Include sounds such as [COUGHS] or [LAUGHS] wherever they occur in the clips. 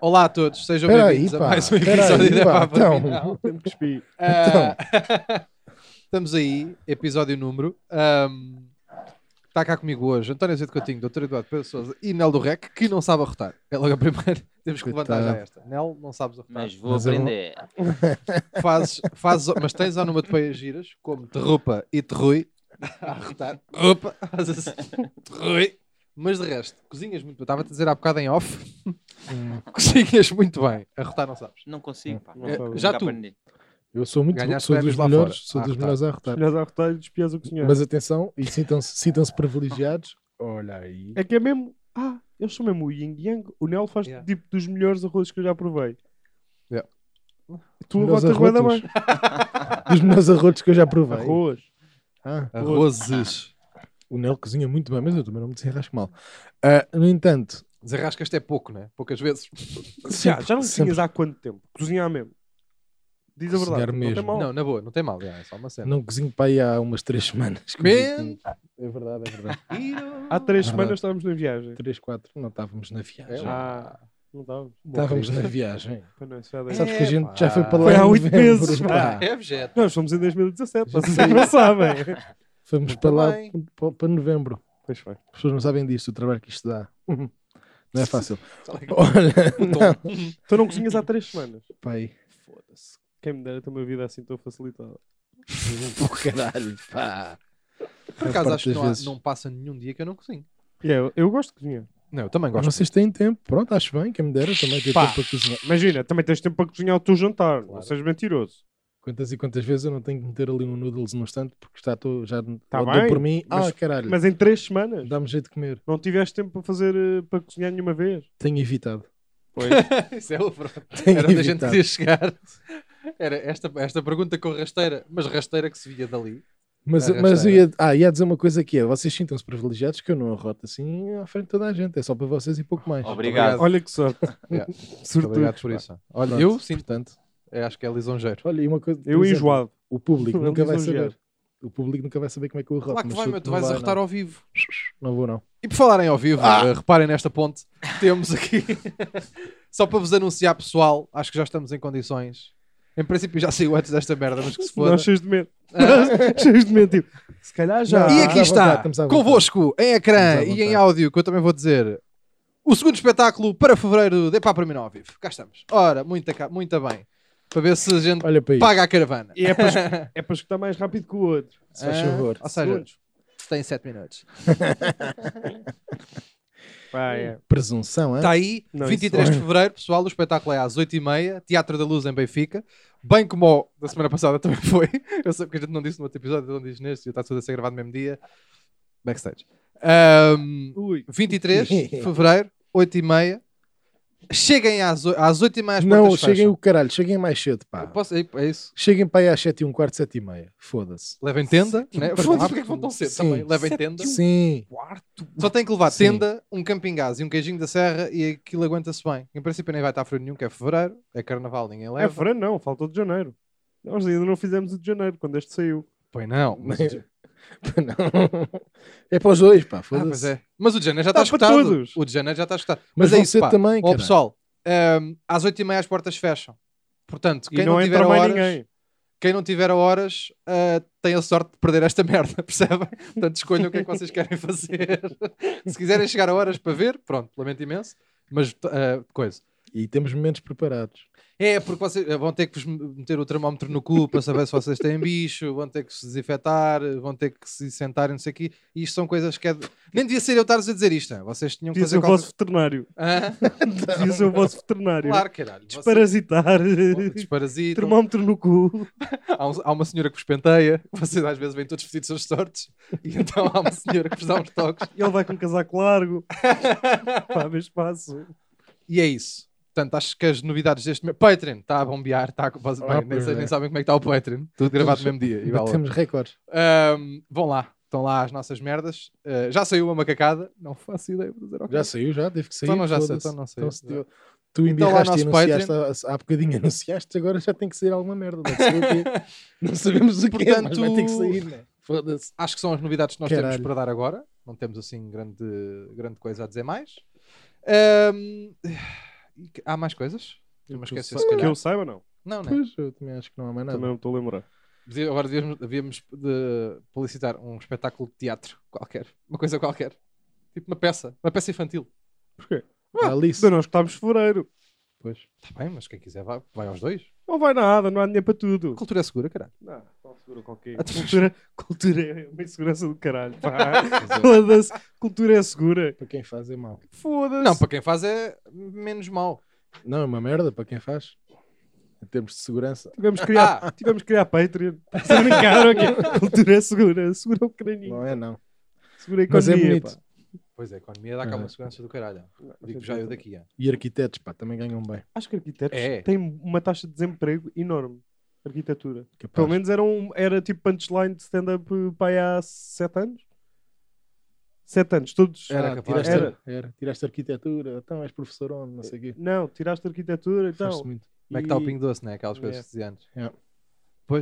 Olá a todos, sejam Peraí, bem-vindos a pá. mais um episódio Peraí, da pá. Papa Então, Temos que cuspir. Ah, [LAUGHS] Estamos aí, episódio número. ahm, Está cá comigo hoje António Azevedo Coutinho, Doutor Eduardo Pedro Sousa e Nel do Rec, que não sabe arrotar. É logo a primeira. [LAUGHS] Temos que levantar já Coitado. esta. Nel, não sabes arrotar. Mas vou Mas eu não- aprender. Ah, Fazes, fazes, mas tens a numa de peias giras, como terrupa e terrui. A arrotar. Opa, faz assim. Terrui. Mas de resto, cozinhas muito bem. Estava a dizer há bocado em off. [LAUGHS] cozinhas muito bem. Arrotar não sabes. Não consigo, pá. Não sabes. já Nunca tu. aprendi. eu sou muito bom, Ganhaste sou dos prémios lá melhores, fora, Ah, tá. sou a arrotar. dos melhores a arrotar. Olhas a rotar e despias o cozinheiro. Mas atenção, e sintam-se sintam [LAUGHS] privilegiados. Olha aí. É que é mesmo. Ah, eles são mesmo o Yin Yang. O Nel faz Yeah. tipo dos melhores arrozes que eu já provei. Yeah. Tu Melhores votas bem da arrotos. mãe. Dos melhores arrotos que eu já provei. Arroz. Ah, Arrozes. o Nel cozinha muito bem, mas eu também não me desenrasco mal. Ah, no entanto, Desenrascaste é pouco, né? Poucas vezes. Já, sempre- já não sempre- tinhas há quanto tempo? Cozinhar mesmo. Diz a Cozinhar verdade. Não mesmo. tem mal. Não, na boa, não tem mal. já, É só uma cena. não cozinho para aí há umas três semanas. Men- É verdade, é verdade. [LAUGHS] Há três Verdade. semanas estávamos na viagem. Três, quatro, não estávamos na viagem. Ah, não estávamos. É, estávamos na [LAUGHS] viagem. [LAUGHS] Foi, não, isso já daí. Sabes que a É, gente pá. já foi para lá Foi em há oito novembro, meses, pá. pá. É objeto. [LAUGHS] Nós fomos em 2017, vocês [LAUGHS] não sabem. Fomos Muito para lá bem. para- para novembro. Pois foi. As pessoas não sabem disto, o trabalho que isto dá. [LAUGHS] Não é fácil. Só que- Olha, [LAUGHS] não. Tu não cozinhas há três semanas. Pai, Foda-se. Quem me dera ter uma vida assim tão facilitada. pô, caralho, pá. Por A acaso parte acho que das não, há- vezes. não passa nenhum dia que eu não cozinho. Yeah, eu, eu gosto de cozinhar. Não, eu também Mas gosto. vocês têm tempo, pronto, acho bem, quem me dera também ter Pá. tempo para cozinhar. Imagina, também tens tempo para cozinhar o teu jantar. Não Claro. sejas mentiroso. Quantas e quantas vezes eu não tenho que meter ali um noodles no instante porque já estou, já Tá ou dou bem, por mim. mas- ah, caralho, Mas é em três semanas dá-me jeito de comer. não tiveste tempo para fazer eh, para cozinhar nenhuma vez. Tenho evitado. [LAUGHS] Isso é o [LAUGHS] pronto. Tenho Era onde a gente evitado. queria chegar. Era esta, esta pergunta com rasteira, mas rasteira que se via dali. Mas, Ah, mas eu sei. ia, ah, ia dizer uma coisa que é: vocês sintam-se privilegiados que eu não arroto assim à frente de toda a gente, é só para vocês e pouco mais. Obrigado. Obrigado. Olha que sorte. [LAUGHS] Yeah. Sortudos, Obrigado por pá. isso. Olha, Pronto, eu sim, portanto. é, acho que é lisonjeiro. Olha, e uma coisa. por Eu exemplo, enjoado. O público [LAUGHS] Ele nunca vai lisonjeiro. saber. O público nunca vai saber como é que eu arroto. Claro que mas vai, sou- meu, tu não vais vai, arrotar não. ao vivo. Não vou, não. E por falarem ao vivo, eh, reparem nesta ponte, temos aqui, [LAUGHS] só para vos anunciar, pessoal, acho que já estamos em condições. Em princípio já saiu antes desta merda, mas que se foda. Nós cheios de medo. Ah. [LAUGHS] cheios de medo. Tipo, se calhar Não, já. E estamos [LAUGHS] aqui à vontade, está, estamos à vontade. convosco, em ecrã Estamos à e em vontade. áudio, que eu também vou dizer, o segundo espetáculo para fevereiro de Pá para mim não ao vivo. Cá estamos. Ora, muito, muito bem. Para ver se a gente Olha para isso. paga a caravana. E é para, es- é para escutar mais rápido que o outro. Se faz favor. Ah, Ou seja, Segundos. tem 7 minutos. Pá, é. Presunção, hein? Está Tá aí, Não, isso 23 de Fevereiro, pessoal, o espetáculo é às 8h30, Teatro da Luz em Benfica, bem como o da semana passada [LAUGHS] também foi, eu sei porque a gente não disse no outro episódio, não diz neste, e está tudo a ser gravado no mesmo dia, backstage. Ahm, Ui. [LAUGHS] 23 de Fevereiro, 8h30, cheguem às, oi- às 8h30 às Não, portas cheguem fecham. o caralho, cheguem mais cedo, pá. Eu posso- é, é isso, Cheguem para aí às 7 e um quarto, 7 e meia. Foda-se. levem tenda, né? Quarto. Foda-se, porque é que vão tão cedo um. Sim. também, levem tenda. Sim. Só tem que levar Sim. tenda, um camping gás e um queijinho da serra e aquilo aguenta-se bem. Em princípio nem vai estar frio nenhum, que é fevereiro, é carnaval, ninguém É leva. Fran, não. Faltou de janeiro. Nós ainda não fizemos o de janeiro, quando este saiu. Pois não. Mas... Mas- [LAUGHS] Não. É para os dois, pá. Ah, pois Foda-se. é. Mas o de janeiro já está Dá para escutado. todos. O de janeiro já está escutado. é Mas vão isso, cedo pá. também, Ó, caralho. pessoal, hum, às 8h30 as portas fecham. Portanto, quem e não, não, tiver entra a mais horas, ninguém. quem não tiver a horas, ah, tem a sorte de perder esta [LAUGHS] merda, percebem? Portanto, escolham o que é que vocês querem fazer. [LAUGHS] Se quiserem chegar a horas para ver, pronto, lamento imenso, mas ah, coisa. E temos momentos preparados. É, porque vocês eh, vão ter que vos meter o termómetro no cu para saber se vocês têm bicho, vão ter que se desinfetar, vão ter que se sentar, e não sei o quê. E isto são coisas que é. de- Nem devia ser eu estar-vos a dizer isto. não é? Vocês tinham que Diz fazer o qualquer... vosso veterinário. [LAUGHS] Hã? Devia ser o vosso veterinário. Claro, caralho. Vocês- Desparasitar. Desparasita. [LAUGHS] Termómetro no cu. Há, um- há uma senhora que vos penteia. Vocês às vezes vêm todos vestidos aos tortos. E então há uma senhora que vos dá uns toques. Ele vai com um casaco [LAUGHS] largo. Pá, mas passo. E é isso. Portanto, acho que as novidades deste mês. Patreon está a bombear. Está a... Bem, nem, pois sei- é. nem sabem como é que está o Patreon. Tudo gravado no mesmo dia. igual lá. Temos recordes. Ahm, vão lá, estão lá as nossas merdas. Ah, já saiu a macacada, não faço ideia para dizer ao Já saiu, já? Teve que sair. Então não já foda-se. saiu, então não saiu. se deu- Tu Então lá embirraste e nosso Patreon. anunciaste há- há bocadinho, [LAUGHS] anunciaste, agora já tem que sair alguma merda. Não, sei [LAUGHS] o quê. não sabemos o que é, mas vai ter que sair, né? Foda-se. Acho que são as novidades que nós temos Caralho. para dar agora. Não temos assim grande, grande coisa a dizer mais. Ahm, E que- Há mais coisas? Eu me Que eu esqueci, sa- se Que calhar. eu saiba, não. Não, não. é? Pois, né? eu também acho que não há mais nada. Também não estou a lembrar. Devia- Agora devíamos, devíamos de publicitar um espetáculo de teatro qualquer. Uma coisa qualquer. Tipo uma peça. Uma peça infantil. Porquê? Ah, A Alice. Mas nós estamos em fevereiro. Pois. Está Tá bem, mas quem quiser vai, vai aos dois. Não vai nada, não há dinheiro para tudo. Cultura é segura, caralho. Não, qual segura qualquer. Ah, tu- Cultura, cultura é uma insegurança do caralho. pá. Foda-se. Cultura é segura. Para quem faz é mau. Foda-se. Não, para quem faz é menos mal. Não, é uma merda para quem faz. Em termos de segurança. Tivemos que criar, Ah. tivemos que criar Patreon. Estás a brincar, ok? Cultura é segura. Segura o craninho. Não é não. Segura a Mas é economia, bonito. pá. Pois é, a economia dá cá uma Ah. segurança do caralho. Digo já eu daqui. é. E arquitetos, pá, também ganham bem. Acho que arquitetos É. têm uma taxa de desemprego enorme. Arquitetura. Capaz. Pelo menos era, um, era tipo punchline de stand-up para aí há 7 anos. 7 anos, todos. Era Ah, capaz. tiraste, Era. era. Tiraste arquitetura, então és professor onde, não sei o quê. Não, tiraste arquitetura então. Faz-se muito. Como é que está o E- Pingo Doce, né? Aquelas coisas Yeah. que diziam antes.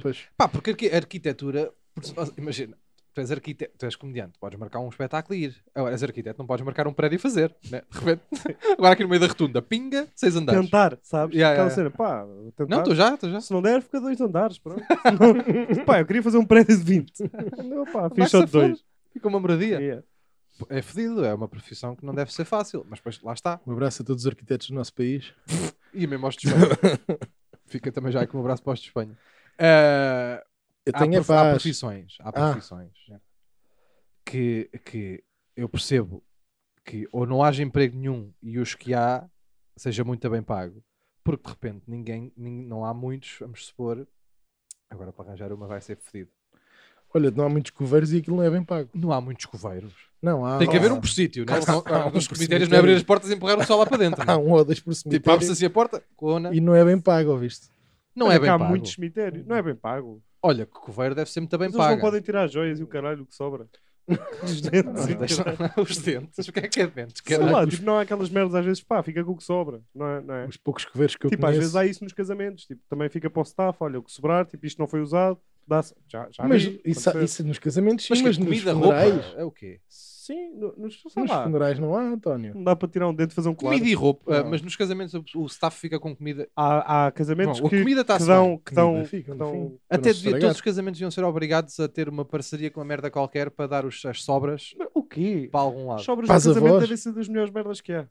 Pois. Pá, porque arqui- arquitetura. por- Imagina, tu és arquiteto, tu és comediante, podes marcar um espetáculo e ir. Agora és arquiteto, não podes marcar um prédio e fazer. Né? De repente, [LAUGHS] agora aqui no meio da rotunda, pinga, seis andares. Tentar, sabes? Yeah, Aquela yeah, cena, pá, tentar. Não, tu já, tu já. Se não der, fica dois andares, pronto. [LAUGHS] Se não- pá, eu queria fazer um prédio de [LAUGHS] 20. Não, pá, fiz só Vai-se de dois. foder. Fica uma moradia. Yeah. É fedido, é uma profissão que não deve ser fácil, mas depois lá está. Um abraço a todos os arquitetos do nosso país. E mesmo aos de Espanha. [LAUGHS] Fica também já aqui um abraço para os de Espanha. Ah, Eu há, tenho a prof- há paz. profissões, há Ah. profissões é. que, que eu percebo que ou não haja emprego nenhum e os que há seja muito bem pago, porque de repente ninguém, nin- não há muitos, vamos supor, agora para arranjar uma vai ser fedido. Olha, não há muitos coveiros e aquilo não é bem pago. Não há muitos coveiros. Não, Ah. há. Tem que haver há- um por sítio, né? claro, Senão, há um ah, os por cemitérios não é abrir cemitério. as portas e empurrar o sol lá para dentro. Ah. né? Há um ou dois por Tipo, abre-se cemitério. assim a porta, cona, E não é bem pago, ouviste? não Olha é que bem há pago. muitos cemitérios. Não é bem pago. Olha, que coveiro deve ser muito bem Mas eles não pago. Ah, podem tirar as joias e o caralho que [LAUGHS] sobra. Os dentes. e Deixa os dentes. O que é que é dentes? Sei caralho? lá, tipo, não há aquelas merdas às vezes, pá, fica com o que sobra, não é? Não é? Os poucos coveiros que eu Tipo, às conheço. vezes há isso nos casamentos, tipo, também fica para o staff, olha, o que sobrar, tipo, isto não foi usado, dá-se. Já, já Mas vi, isso, aconteceu. isso nos casamentos, sim, Mas mas, que é nos comida, funerais. roupa? É o quê? Sim, no- nos, sei Nos lá, funerais não há, António. não dá para tirar um dente e fazer um colar. Comida e roupa. Ah, Não. mas nos casamentos o, o staff fica com comida. Há, há casamentos Bom, a que, comida está que dão. Que dão, tá Comida é fica, que no dão- fim. Para Até não se devia, estragar. todos os casamentos iam ser obrigados a ter uma parceria com uma merda qualquer para dar os, as sobras Mas O quê? para algum lado. As sobras do Pás casamento avós. devem ser das melhores merdas que há.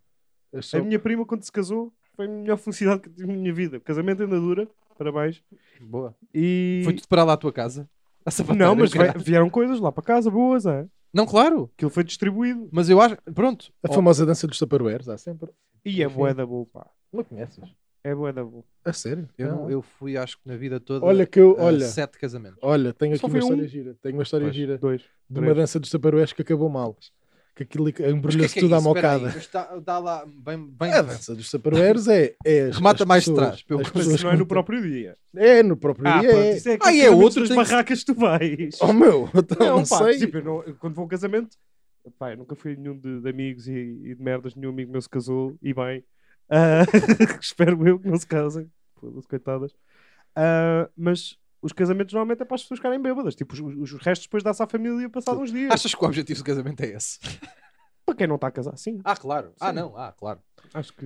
É só- A minha prima, quando se casou, foi a melhor felicidade que eu tive na minha vida. O casamento ainda dura, parabéns. Boa. E. Foi tudo para lá à tua casa? [LAUGHS] A sapateira, Não, mas caralho. vai- vieram coisas lá para casa, boas, é? Não, claro. Aquilo foi distribuído. Mas eu acho. Pronto. A famosa dança dos taparueres, há sempre. E é Enfim. boa da boa, pá. Não conheces? É boa da boa. A sério? Eu, não- Ah. eu fui, acho que na vida toda. Olha que eu, a olha, Sete casamentos. olha, tenho Só aqui uma foi história um? gira. Tenho uma história Pois. gira Dois. de uma dança dos taparueres que acabou mal. Que aquilo Mas o que embrulhou-se é que é tudo à isso? Espera aí, mocada. É, mas dá, dá lá bem. bem... A dança dos taparueres é, é as- Remata as mais de pessoas- trás, pelo as menos. Mas pessoas isso não é no que- próprio dia. É, no próprio Ah, dia. pronto, é. isso é Ah, é e é aqueles outro, das tem que- barracas que tu vais. Oh meu, [LAUGHS] então não, pá, sei. tipo, eu [LAUGHS] não- eu quando vou a um casamento, pá, eu nunca fui a nenhum de, de amigos e, e de merdas, nenhum amigo meu se casou, e bem, Ah, [LAUGHS] espero eu que não se casem, foda-se, coitadas. Ah, mas os casamentos normalmente é para as pessoas ficarem bêbadas, tipo, os, os- os restos depois dá-se à família passado uns dias. Achas que o objetivo do casamento é esse? Para quem não está a casar, sim, Ah, claro. Ah, Sim. não. Ah, claro. acho que.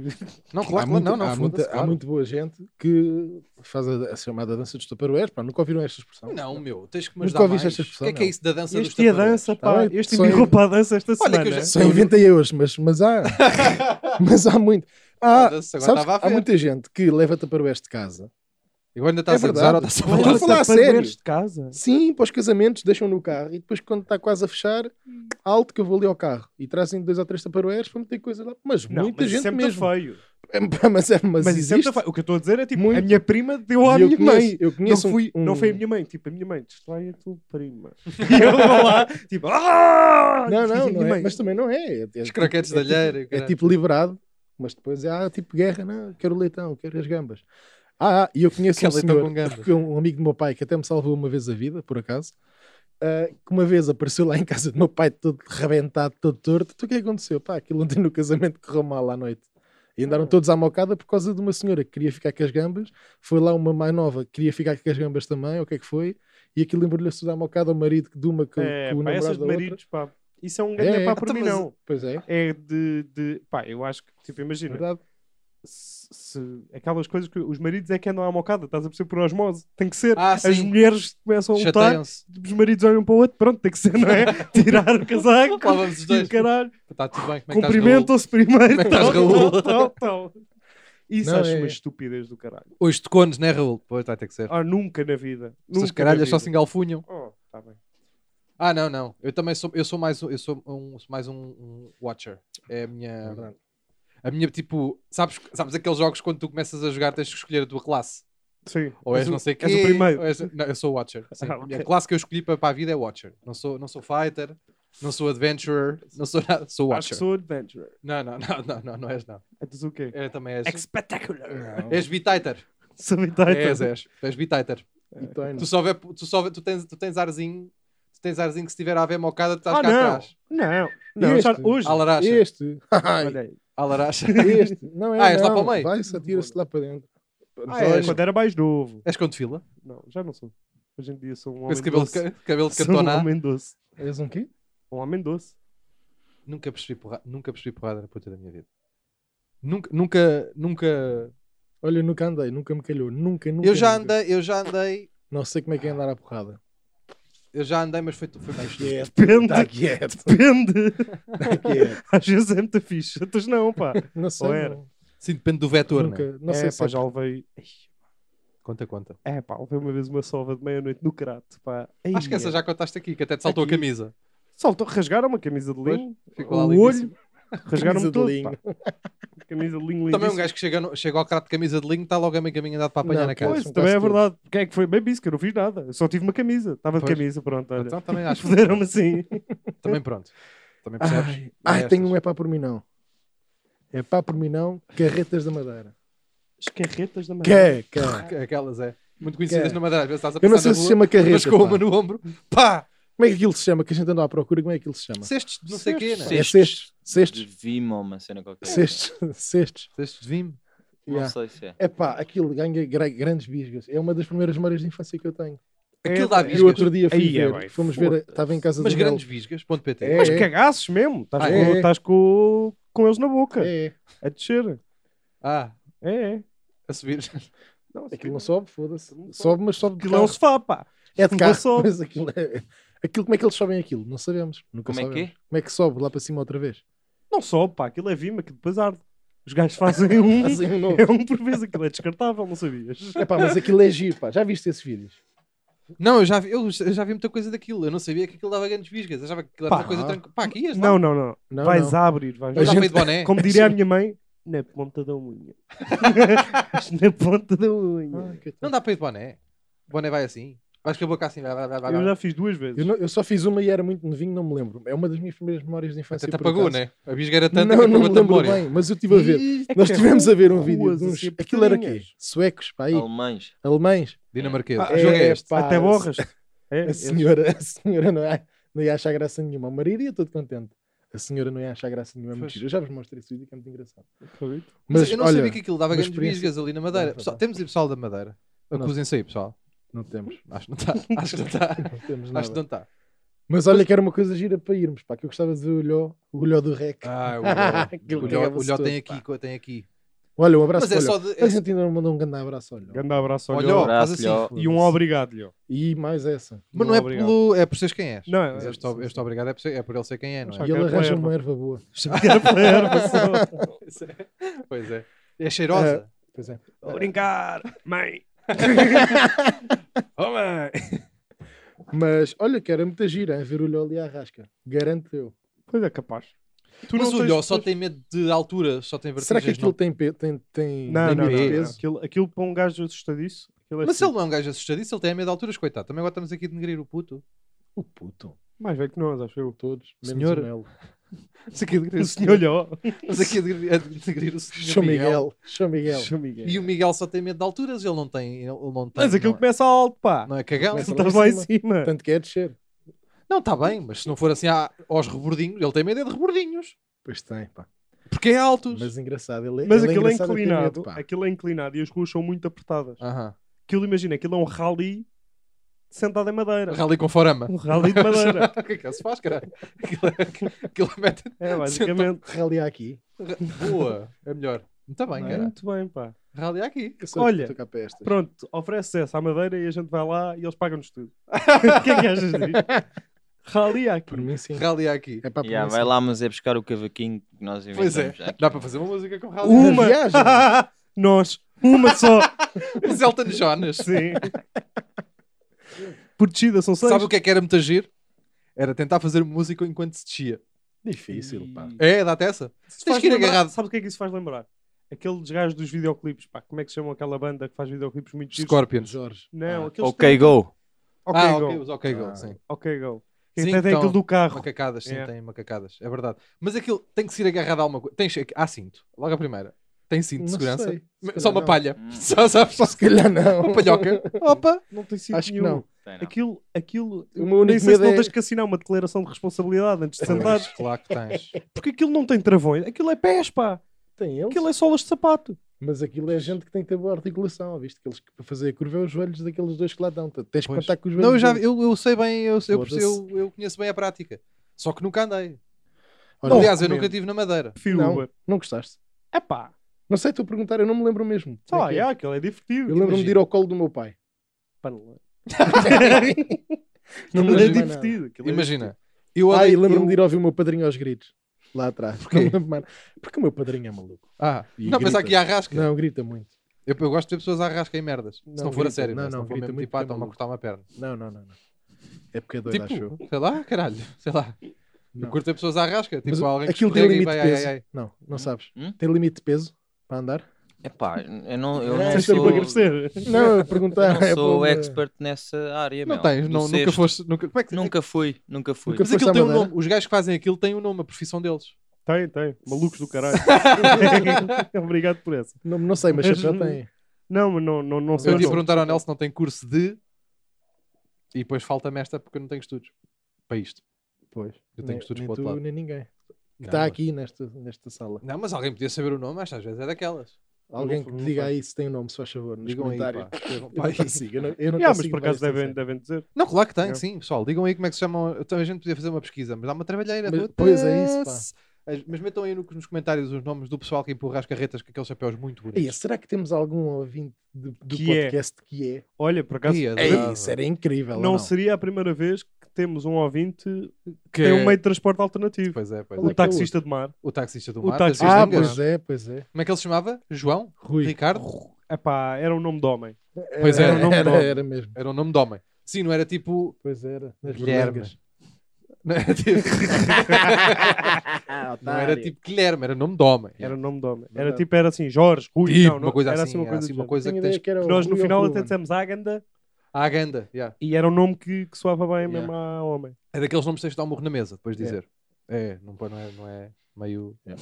Não, há, claro, claro. muito, Não, não. há, foda-se, muita, há claro. muito boa gente que faz a, a chamada dança dos taparueres. Pá, nunca ouviram esta expressão? Não, meu, tens que me Nunca ajudar mais. ouviste O esta que expressão, é que é não? isso da dança dos Este é a taparueres? dança, pá, bem, este só me eu- para a dança esta Olha semana. que eu já- Só inventei hoje, mas, [LAUGHS] mas há. mas há muito. Há, Foda-se, agora sabes, estava a que é há ver. muita gente que leva taparueres de casa. Agora ainda estás É a gozar ou verdade. estás a Olha, falar? Estou a falar a Taparueres sério. de casa. Uhum. Sim, para os casamentos, deixam no carro e depois, quando está quase a fechar, Uhum. alto que eu vou ali ao carro e trazem dois ou três taparueres para meter coisas lá. Mas Não, muita mas isso gente é muito mesmo. feio. É, pá, [LAUGHS] mas é, mas, Mas isso existe. é muito feio. O que eu estou a dizer é tipo, a Muito. minha prima E deu à minha conheço, mãe. Eu Não, conheço um- fui, um- não foi a minha mãe, tipo, a minha mãe, distrai a tua [LAUGHS] prima. E eu vou lá, tipo, "Ah!" Não, E a não, minha não é, mãe, mas também não é. É, é Os croquetes é da tipo- alheira. É caralho. tipo liberado, mas depois é ah, tipo guerra, não, quero leitão, quero as gambas. Ah, ah, e eu conheço Quer um leitão senhor, com gambas. que é um amigo do meu pai, que até me salvou uma vez a vida, por acaso, ah, que uma vez apareceu lá em casa do meu pai, todo rebentado, todo torto. Tu o que é que aconteceu? Pá, aquilo ontem no casamento correu mal à noite. E andaram todos à mocada por causa de uma senhora que queria ficar com as gambas. Foi lá uma mais nova que queria ficar com as gambas também, ou o que é que foi? E aquilo embrulhou-se tudo à mocada ao marido de uma que, É, que o pá, namorado essas de da outra. maridos, pá. Isso é um É, grande é. pá por Então, mim, mas- não. Pois é, É de, de. Pá, eu acho que, tipo, imagina, verdade. se- se- aquelas coisas que os maridos é que andam à mocada, estás a perceber por osmose, tem que ser. Ah, As sim. mulheres começam a lutar, Chateiam-se. os maridos olham para o outro, pronto, tem que [LAUGHS] ser, não é? Tirar o casaco, Lá vamos os e o dois. caralho, Está tudo bem. Como é que estás, Raul? cumprimentam-se primeiro, Como é que estás, tal, Raul? tal, tal, tal. Isso Não, acho é- uma estupidez do caralho. Hoje de cones, né, Raul? Pois vai ter que ser. Ah, nunca na vida. Nunca Essas na caralhas só vida. se engalfunham. Oh, tá bem. Ah, não, não. Eu também sou, eu sou mais um, eu sou um, sou mais um, um watcher. É a minha, a minha tipo, sabes, sabes aqueles jogos quando tu começas a jogar tens que escolher a tua classe. Sim. Ou és o- não sei quê, És o primeiro. ou és- não, eu sou watcher. sim. Ah, ok. A classe que eu escolhi para, para a vida é watcher. Não sou, não sou fighter, não sou adventurer, não sou nada, sou Acho que watcher. sou adventurer. Não, não, não, não, não, não és não. Então o quê? É, também és. Spectacular! És bititer. Sou um adventurer. És, é. és. Tu és bititer. Então, é, não. Tu só vê, tu só vê, tu tens, tu tens arzinho, tu tens arzinho que se tiver a ver mocada, tu estás Ah, cá não. atrás. Não, não, já- Este. hoje. Alaracha. Este. Olha aí. Alaracha. [LAUGHS] Este. Não é. Ah, és lá não. para o meio? Vai-se, atira-se lá para dentro. Ah, és. é, Quando era mais novo. És com fila? Não, já não sou. Hoje em dia sou um Com esse homem cabelo, de doce. ca- cabelo de Sou um cantona. homem doce. És um quê? Um homem doce. Nunca percebi porrada, nunca percebi porrada na puta da minha vida. Nunca, nunca, nunca. Olha, eu nunca andei, nunca me calhou. Nunca, nunca. Eu já nunca. andei, eu já andei, Não sei como é que é andar à porrada. eu já andei, mas foi, foi mais difícil. Quieto. Depende. Está quieto. Depende. Tá Está quieto. [LAUGHS] Às vezes é muito fixe. Outras não, pá. Não sei. Ou era? não. Sim, depende do vetor, né? Nunca. Não é, sei pá, se é já levei. Conta, conta. É, pá, levei uma vez uma sova de meia-noite no crato, pá. Acho que é. essa já contaste aqui, que até te saltou Aqui. a camisa. Saltou, rasgaram uma camisa de linho, Ficou lá o lindíssimo. olho, rasgaram-me Camisa de todo, linho. pá. Camisa de linho Também um lindíssima. gajo que chega, no- chega ao crato de camisa de linho está logo a meio caminho andado para apanhar Não, na cara. gajo- Pois, São também quase é todos. verdade. Quem é que foi? Bem isso, que eu não fiz nada. Eu só tive uma camisa. Estava de Pois. camisa, pronto, olha. [LAUGHS] Então também [LAUGHS] acho. Fuderam-me assim. também pronto. Também percebes? um Ai, Ai, ai, tenho estas. um é pá por mim não. É pá por mim não, carretas da madeira. As carretas da madeira. Que, que. Aquelas é. Muito conhecidas Que- na Madeira. às vezes Estás a um Eu não passar sei na se rua, chama mas carreta. com uma pá. no ombro. Pá! Como é que aquilo se chama? Que a gente anda à procura, como é que aquilo se chama? Cestos de não sei o quê, né? É cestos, De cestos, Vimo, uma cena qualquer. cestos, cestos. Cestos de vinho. Não Yeah. sei se é. É pá, aquilo ganha gra- grandes bisgas. É uma das primeiras memórias de infância que eu tenho. Aquilo É, dá é E o bisgas. outro dia fui Aí é ver, bem, fomos ver, foda-se. estava em casa um Mas do Mel. grandes visgas.pt. É. Mas cagaços mesmo. Estás Ah, com, é. estás com, com eles na boca. É, é. A descer. Ah, É, é. a subir. Não, aquilo não sobe, foda-se. Não sobe. Sobe, mas sobe de Aquilo é um carro. sofá, pá. É de não carro, sobe. mas aquilo é... Aquilo, como é que eles sobem aquilo? Não sabemos. Nunca Como é que sabemos. Como é que sobe lá para cima outra vez? Não sobe, pá. Aquilo é vima, aquilo depois arde. Os gajos fazem [LAUGHS] um. Fazem um novo. É um por vez. Aquilo é descartável, não sabias? É pá, mas aquilo é giro, pá. Já viste esses vídeos? Não, eu já, vi, eu já vi muita coisa daquilo. Eu não sabia que aquilo dava grandes visgas. Achava que aquilo era Pá. uma coisa tranquila. Pá, aqui é ias lá. Não, não, não. Não, vais não. abrir, vais A Eu já gente- fui de boné. Como diria a minha mãe, na ponta da unha. [LAUGHS] Mas na ponta da unha. Ai, que- Não dá para ir de boné. O boné vai assim. Vais com a boca assim. Vai, vai, vai, vai. Eu vai. já fiz duas vezes. Eu, não- eu só fiz uma e era muito novinho, não me lembro. É uma das minhas primeiras memórias de infância. Até te por apagou, acaso. né? A bisga era Não, tanta que não me apagou a lembro memória. bem, mas eu estive a ver. É que Nós é estivemos a ver um ruas, vídeo de assim, uns... Aquilo era quê? apertadinhas. Suecos, pá, aí. Alemães. Alemães. Dinamarquesa. Ah, o jogo é é, este. pá, Até borras. É, A senhora, a senhora não, ia, não ia achar graça nenhuma. O marido ia todo contente. A senhora não ia achar graça nenhuma. É muito Pois. giro. Eu já vos mostrei esse vídeo que é muito engraçado. Mas, Mas, eu não olha, sabia que aquilo dava uma grandes experiência- bisgas ali na Madeira. Dá, dá, Pessoal, dá. temos aí pessoal da Madeira. Não. Acusem-se aí, pessoal. não temos. Acho que não [LAUGHS] está. Acho que não está. Não temos Acho que nada. não tá. está. Mas olha que era uma coisa gira para irmos, pá, que eu gostava de ver o olhó, o olhó do rec. [LAUGHS] Ah, o Aquilo Lhó- o Lhó- o cagava-se Lhó todo, tem pá. aqui, co- tem aqui. Olha, um abraço Mas é para o só Lhó. de. A é- gente ainda não mandou um grande abraço ao Lhó. Grande abraço, Olha, olhou. faz Abraço, assim. Lhó. E um obrigado, Lhó. E mais essa. Mas não é Obrigado. [LAUGHS] pelo. É por seres quem és. Não, é- Mas é- este, ob- sim, este sim. obrigado é por, ser- é por ele ser quem é, não Só é? E ele quero arranja erva. uma erva boa. Chegar pela erva só. pois é. É cheirosa. Pois é. Vou brincar, mãe. oh, mãe. Mas olha que era muita gira, hein, ver o Lhó ali à rasca. Garanto eu. Pois é, capaz. Tu Mas o tens- Lhó só tem medo de alturas, só tem vertigens. Será que aquilo não- tem, pe- tem, tem, Não, tem não, não. muito não. peso? Aquilo, aquilo para um gajo assustadiço. aquilo é Mas se ele assim. não é um gajo assustadiço, ele tem medo de alturas, coitado. Também agora estamos aqui a denegrir o puto. O puto. Mais velho que nós, acho eu. Todos. assim, Menos um Senhor. o Melo. Estamos aqui a denegrir O o senhor senhor. Lhó. Estamos aqui a denegrir- a denegrir o senhor. Show Miguel. Show Miguel. Seu Miguel. E o Miguel só tem medo de alturas, ele não tem. Ele não tem Mas aquilo não, começa alto, pá. não é cagão. Tu começa estás lá lá em em cima. Tanto que é descer. Não, está bem, mas se não for assim à- aos rebordinhos, ele tem medo é de rebordinhos. Pois tem, pá. Porque é altos. Mas engraçado. Ele, Mas ele aquilo é engraçado a ter medo, inclinado. pá. Aquilo é inclinado e as ruas são muito apertadas. Aham. Aquilo, imagina, aquilo é um rally sentado em madeira. Rally com forama. Um rally de madeira. [LAUGHS] O que é que ele se faz, caralho? Aquilo, é aquilo mete. É, basicamente. Rally aqui. Boa, é melhor. Muito bem, Não é? cara. Muito bem, pá. Rally aqui. Eu sou- Olha, estou cá para estas. Pronto, oferece essa à Madeira e a gente vai lá e eles pagam-nos tudo. [LAUGHS] O que é que achas disto? Rally aqui. Por mim, sim. Rally aqui. É para Yeah, vai lá, mas é buscar o cavaquinho que nós inventamos. Pois é. já. Dá para fazer uma música com Rally Uh! aqui. Uma. viagem. [LAUGHS] Nós. Uma só. Os Elton [LAUGHS] Jonas. Sim. Por descida são seis. Sabe o que é que era muito agir? Era tentar fazer música enquanto se descia. [LAUGHS] Difícil, pá. É, dá-te essa. Isso Tens faz que ir lembrar- agarrado. Sabe o que é que isso faz lembrar? Aqueles gajos dos videoclipes, pá, como é que se chamam aquela banda que faz videoclipes muito giros? Scorpion. Jorge. Não, aqueles Ok, go. Ok, ah, go. ok, os ok, go. Ah. Sim. Ok, go. Sim, Até tem então, aquele do carro. Macacadas, sim, É. tem macacadas. É verdade. Mas aquilo tem que ser agarrado a alguma coisa. Tens... Há cinto. Logo a primeira. Tem cinto Não de segurança. sei. Se Mas calhar Só uma não. palha. Hum. [LAUGHS] Só, sabes? Só se [LAUGHS] calhar [LAUGHS] não. Uma palhoca. Opa. Não tem sido Acho que não. Tem, não. Aquilo, aquilo, O meu nem único sei se medo não é- tens que assinar uma declaração de responsabilidade antes de sentar, Tens, Claro que [LAUGHS] tens. porque aquilo não tem travões, aquilo é pés, pá, Tem eles. aquilo é solas de sapato. Mas aquilo é gente que tem que ter boa articulação, visto? Aqueles que para fazer a curva é os joelhos daqueles dois que lá dão. Portanto, Tens que Pois. contar com os joelhos. Não, eu, já, deles. eu, eu sei bem, eu, eu, Foda-se. eu, eu conheço bem a prática. Só que nunca andei. Olha, Aliás, eu recomendo. nunca estive na Madeira. Prefiro Não. Uber. não gostaste? É pá, Não sei, estou a perguntar, eu não me lembro mesmo. sei Como lá, é que é? é, aquilo é divertido. Eu lembro-me de ir Imagina. ao colo do meu pai. Panela. Não me lembro Aquilo é mais nada. divertido. aquilo é Imagina. Eu Então, Ah, e andei- lembro-me eu- de ir ouvir o meu padrinho aos gritos. Lá atrás. Porquê? Não me lembro mais nada. Porque o meu padrinho é maluco. Ah, E não, mas grita. aqui há rasca. Não, grita muito. Eu, eu gosto de ver pessoas a arrascarem merdas. se Não, não for a grita. sério, Não, não, se não, não for grita mesmo muito, tipo, ah, é toma a maluco. cortar uma perna. Não, não, não. não. É porque é doido, acho eu. Tipo, sei lá, caralho, [LAUGHS] sei lá. Não. Eu curto ver pessoas à rasca. Tipo, Mas alguém que aquilo tem escorrega e limite vai, de ai, peso. ai, ai. Não, não sabes. Hum? Tem limite de peso para andar? Epá, eu não, Não, eu não tens de ter sou, divertido. Emagrecer. Não, eu perguntar. não [LAUGHS] é sou para- expert nessa área, Não meu. tens, Do não, nunca cesto. foste. Nunca, como é que Nunca fui, nunca fui. Nunca Mas aquilo foste à tem um Madeira? nome. Os gajos que fazem aquilo têm um nome, a profissão deles. Tem, tem. Malucos do caralho. [LAUGHS] Obrigado por essa. Não, não sei, mas Mas- chapéu tem. Não, mas não, não, não sei. Eu o te ia nome. perguntar ao Nelson se não tem curso de. E depois falta-me esta porque eu não tenho estudos para isto. Pois. Eu tenho nem, estudos nem para o outro tu, lado. Nem ninguém. Que Não, está mas- aqui nesta, nesta sala. Não, mas alguém podia saber o nome, mas às vezes é daquelas. Alguém não- que não diga sei. aí se tem o nome, se faz favor, nos Digam aí, comentários. pá. Ah, porque [LAUGHS] eu Pá, não aí. consigo, eu não, eu [LAUGHS] não Yeah, mas consigo por levar acaso isto a devem, sério. devem dizer. Não, claro que tem, Eu. sim, pessoal. Digam aí como é que se chamam. Então a gente podia fazer uma pesquisa, mas dá uma trabalheira. Mas- toda. pois é isso, pá. As- Mas metam aí no- nos comentários os nomes do pessoal que empurra as carretas com aqueles chapéus muito bonitos. Ei, será que temos algum ouvinte do, do Que é. podcast que é? Olha, por acaso, eh, Ia, Ei, dava. isso era incrível. ou não, Não, seria a primeira vez que temos um ouvinte que Que tem um meio de transporte alternativo. Pois é, pois Qual é. O é que é o taxista de mar. O taxista do O mar. taxista Pedro Ah, Zingas. pois é, pois é. Como é que ele se chamava? João? Rui. Ricardo? Epá, era um nome de homem. Pois é. era, era, era, não- era, era mesmo. Era o nome de homem. Sim, não era tipo. [LAUGHS] Pois era. Nas Guilherme. [LAUGHS] berlengas. Não era tipo, não era tipo Guilherme, era nome de homem. Era nome de homem. Era Verdade. tipo, era assim, Jorge, Rui, Tipo, não, não, uma coisa era assim, uma era coisa assim, do uma género. coisa Tenho que ideia tens. que era o Nós no Rui ou final até Ruben. dissemos Áganda A Aganda, yeah. e era um nome que, que soava bem Yeah. mesmo a homem. É daqueles nomes que tens de dar um murro na mesa, depois de É. dizer. É, não, pô- não é, não é meio. É.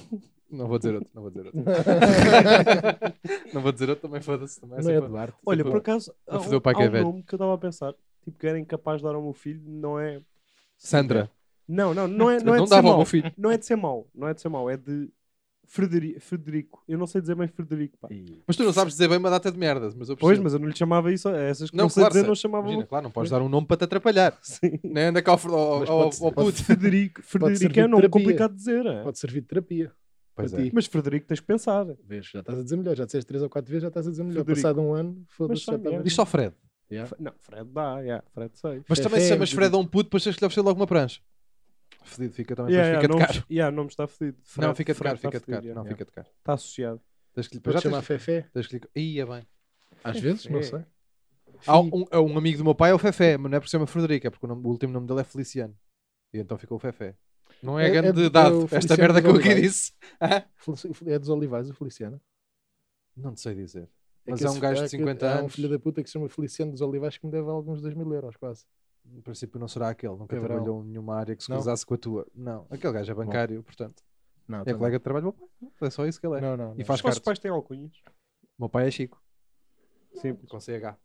Não vou dizer outro, não vou dizer [LAUGHS] outro. não vou dizer outro, também foda-se. Também é Não é sempre- Eduardo. Olha, Tipo, por acaso, a há fazer um, o pai que há é um velho. nome que eu estava a pensar. Tipo, que era incapaz de dar ao meu filho, não é... Sandra, Não, não, não é, [LAUGHS] não, não é de ser dava ao meu mau. filho. Não é de ser mau, não é de ser mau, é de Frederi- Frederico. Eu não sei dizer bem Frederico, pá. Mas tu não sabes dizer bem uma data de merdas, mas eu Pois, percebo. mas eu não lhe chamava isso, é essas que não, Não, sei claro, dizer, sei. não chamava Imagina, claro, não podes dar um nome para te atrapalhar. Sim. Né? Anda cá ao, Fer- ao, Mas ao, pode ser- ao puto. Frederico, Frederico servir é um nome terapia. complicado de dizer, é? Pode servir de terapia. Pois para é. ti. mas Frederico tens de pensar. Vês, já estás a dizer melhor. Já disseste três ou quatro vezes, já estás a dizer melhor. Frederico. Passado um ano, foda-se, Mas já sabe, estava- é. Diz só Fred. Yeah. F- Não, Fred dá, yeah, Fred sei. Mas também se Fefé, chamas Fred a um puto, depois tens que lhe oferecer logo uma prancha. Fedido, fica também, Yeah, depois yeah, fica não, de caro. me- yeah, não me está fedido. não, fica de caro, fica de caro. Não, fica de caro. Está associado. Tens que lhe, Pode já chamar tens, Fefé? tens que lhe, Ih, é bem. Às vezes, não É. sei. Há um, um amigo do meu pai é o Fefé, mas não é porque se chama Frederico, é porque o, nome- o último nome dele é Feliciano. E então ficou o Fefé. Não é, É- é grande do- é o dado, esta Feliciano merda que eu aqui Oliveira. disse. Hã? Felici- É dos Olivais, o Feliciano. Não te sei dizer. É Mas que é um esse- gajo de que- 50 há um anos. filho da puta que se chama Feliciano dos Olivais que me deve alguns 2 mil euros, quase. No princípio não será aquele, nunca Cabrão. trabalhou em nenhuma área que se Não. cruzasse com a tua. Não, aquele gajo é bancário, portanto. Não, É colega de trabalho do meu pai. É só isso que ele é. Não, não. E faz Os vossos cartas. pais têm alcunhas? O meu pai é Chico, Sim. com CH.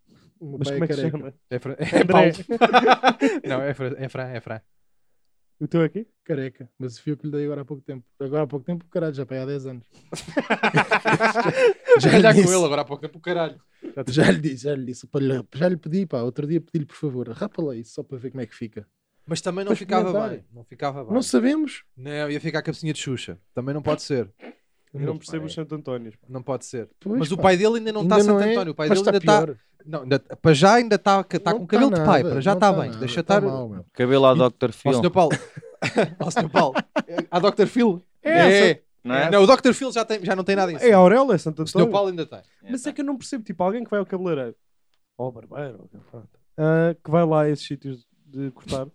O meu Mas pai como é que se careca. chama? É, Fran- é [LAUGHS] André. Paulo. não, é Fran, é Fran, é Fran. O teu é aqui? Careca. Mas fui eu que lhe dei agora há pouco tempo. Agora há pouco tempo, caralho, já pai há [LAUGHS] 10 anos. Já Já olhar com disse. ele agora há pouco tempo, caralho. [LAUGHS] Já lhe disse, já lhe disse. para lhe- Já lhe pedi, pá. Outro dia pedi-lhe, por favor, rapa lá isso só para ver como é que fica. Mas também não Para ficava experimentar. bem. Não ficava bem. Não sabemos. Não, ia ficar a cabecinha de Xuxa. Também não pode ser. Eu não percebo os Santo Antónios. pá. Não pode ser. Pois, Mas o pá, pai dele ainda não ainda está Santo é, António. O pai mas dele ainda está. pior. Não, ainda- para já ainda está tá Não com cabelo de pai. nada, Para já não está tá bem. nada, Deixa tá estar. mal, meu. Cabelo à Dr. Ó, Phil. Sr. Paulo. [LAUGHS] Ó, Sr. Paulo. Há Dr. Phil? É, Não é? Não, o Dr. Phil já, tem, já não tem nada em É si. a Aurélia, é Santo O Sr. António. Paulo ainda tem. Mas é que eu não percebo, tipo, alguém que vai ao cabeleireiro ou ao barbeiro, ou o que [LAUGHS] for, ah, que vai lá a esses sítios de cortar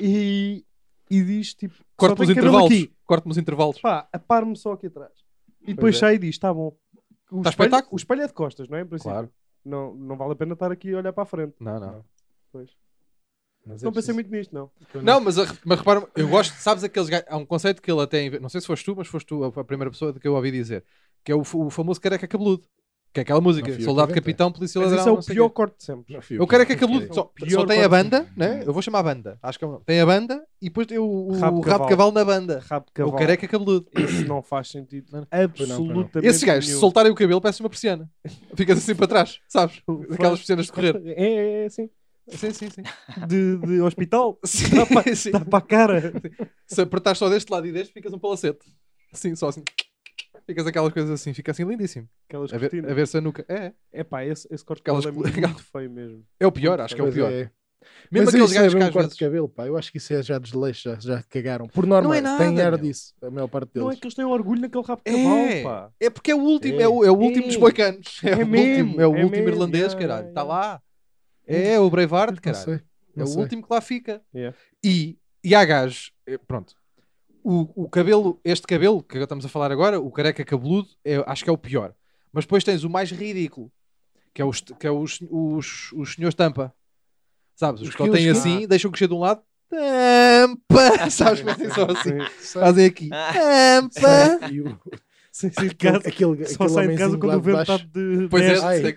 e, e diz, tipo, só Corte-me tem os cabelo intervalos. Aqui. Corte-me os intervalos. Pá, apare-me só aqui atrás. E depois é. sai e diz, está bom. O Tá espelho- espetáculo. O espelho é de costas, não é? Em princípio. Claro. Não, não vale a pena estar aqui a olhar para a frente. Não, não. Pois. Mas é Não pensei preciso- muito nisto, não. Não, mas, a- mas repara, eu gosto, sabes aqueles gajos, há um conceito que ele até, inve- não sei se foste tu, mas foste tu a, a primeira pessoa de que eu ouvi dizer, que é o, f- o famoso careca cabeludo, que é aquela música, Não fui eu que soldado, inventei. capitão, polícia Mas ladrão, esse é o não sei pior quê. corte de sempre. Não fui eu O que careca inventei. cabeludo, é só, Pior só tem a corte banda, né? eu vou chamar a banda, acho que é uma- tem a banda, e depois tem o, o, Rabo rabo, de de cavalo. cavalo na banda, é Rabo de o cavalo. [COUGHS] careca cabeludo. Esse não faz sentido. Não, não. Absolutamente. Esses gajos, se nenhum. soltarem o cabelo, parece uma persiana, [LAUGHS] ficas assim para trás, sabes? Aquelas persianas de correr. É, é, é assim. Sim, sim, sim. De, de hospital. [LAUGHS] sim, Tá sim. Dá para a cara. Se apertares só deste lado e deste, ficas um palacete. Assim, só assim. Ficas aquelas coisas assim, fica assim lindíssimo. Aquelas A ver, cortinas. a ver se a nuca. É, É pá, esse, esse corte de Aquelas cabelo [LAUGHS] é col- muito feio mesmo. é o pior, acho que é o Mas pior. é- Mesmo mas aqueles isso é gajos mesmo que às corte vezes. de cabelo, pá. Eu acho que isso é já desleixo, já, já cagaram. Por norma, Não é tem nada, ar meu. disso, a maior parte deles. Não é que eles têm orgulho naquele rabo de cavalo, É, pá. é porque é o último, é, É. o, é o último É. dos boicanos. É, É o mesmo, último, é o é último mesmo, irlandês, yeah, caralho. yeah, Está yeah. lá. É, o Braveheart, Não caralho. sei. É não o sei. último que lá fica. Yeah. E, e há gajos, eh, pronto. O, o cabelo, este cabelo que estamos a falar agora, o careca cabeludo, é, acho que é o pior. Mas depois tens o mais ridículo, que é os, que é os, os, os senhores tampa. Sabes? Os, Os que só que têm eles- assim, deixam crescer de um lado. Tampa! [LAUGHS] Sabes? Fazem só [LAUGHS] assim. Sei. Fazem aqui. Tampa! [LAUGHS] E o- Sim, sim, [LAUGHS] de aquele, casa. aquele, Só aquele sai de casa homenzinho quando lá o de vento está baixo, de... Pois é, Ai. sei-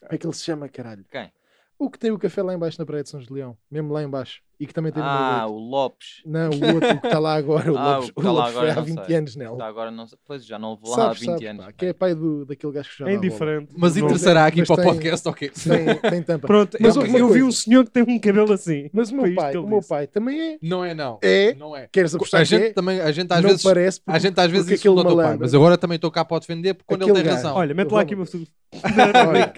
Como é que ele se chama, caralho? Quem? O que tem o café lá em baixo na Praia de São Julião, mesmo lá em baixo. E que também tem Ah, número oito. o Lopes. Não, o outro, o que está lá agora, o [LAUGHS] Ah, Lopes, o que o tá lá Lopes foi agora, há não 20 sei. Tá. anos nela. Está agora não sei. Pois já não vou lá há Sabes, 20 sabes, anos. pá, pá. que é pai do, daquele gajo que já É indiferente. Mas Não- interessará aqui mas para o tem- podcast, ok? Tem, [LAUGHS] tem tampa. Pronto, Mas eu, houve uma eu vi coisa. um senhor que tem um cabelo assim. Mas o Foi meu isto pai, que ele o meu disse. pai também é. Não é, não. É? Não é. Queres apostar A que gente é? também, a gente às não vezes parece A gente às vezes porque diz aquilo ao aquele teu pai, malandro- mas agora também estou cá para o defender porque quando ele Aquele tem gajo- razão. Olha, mete lá aqui uma Vamos. foto. Olha.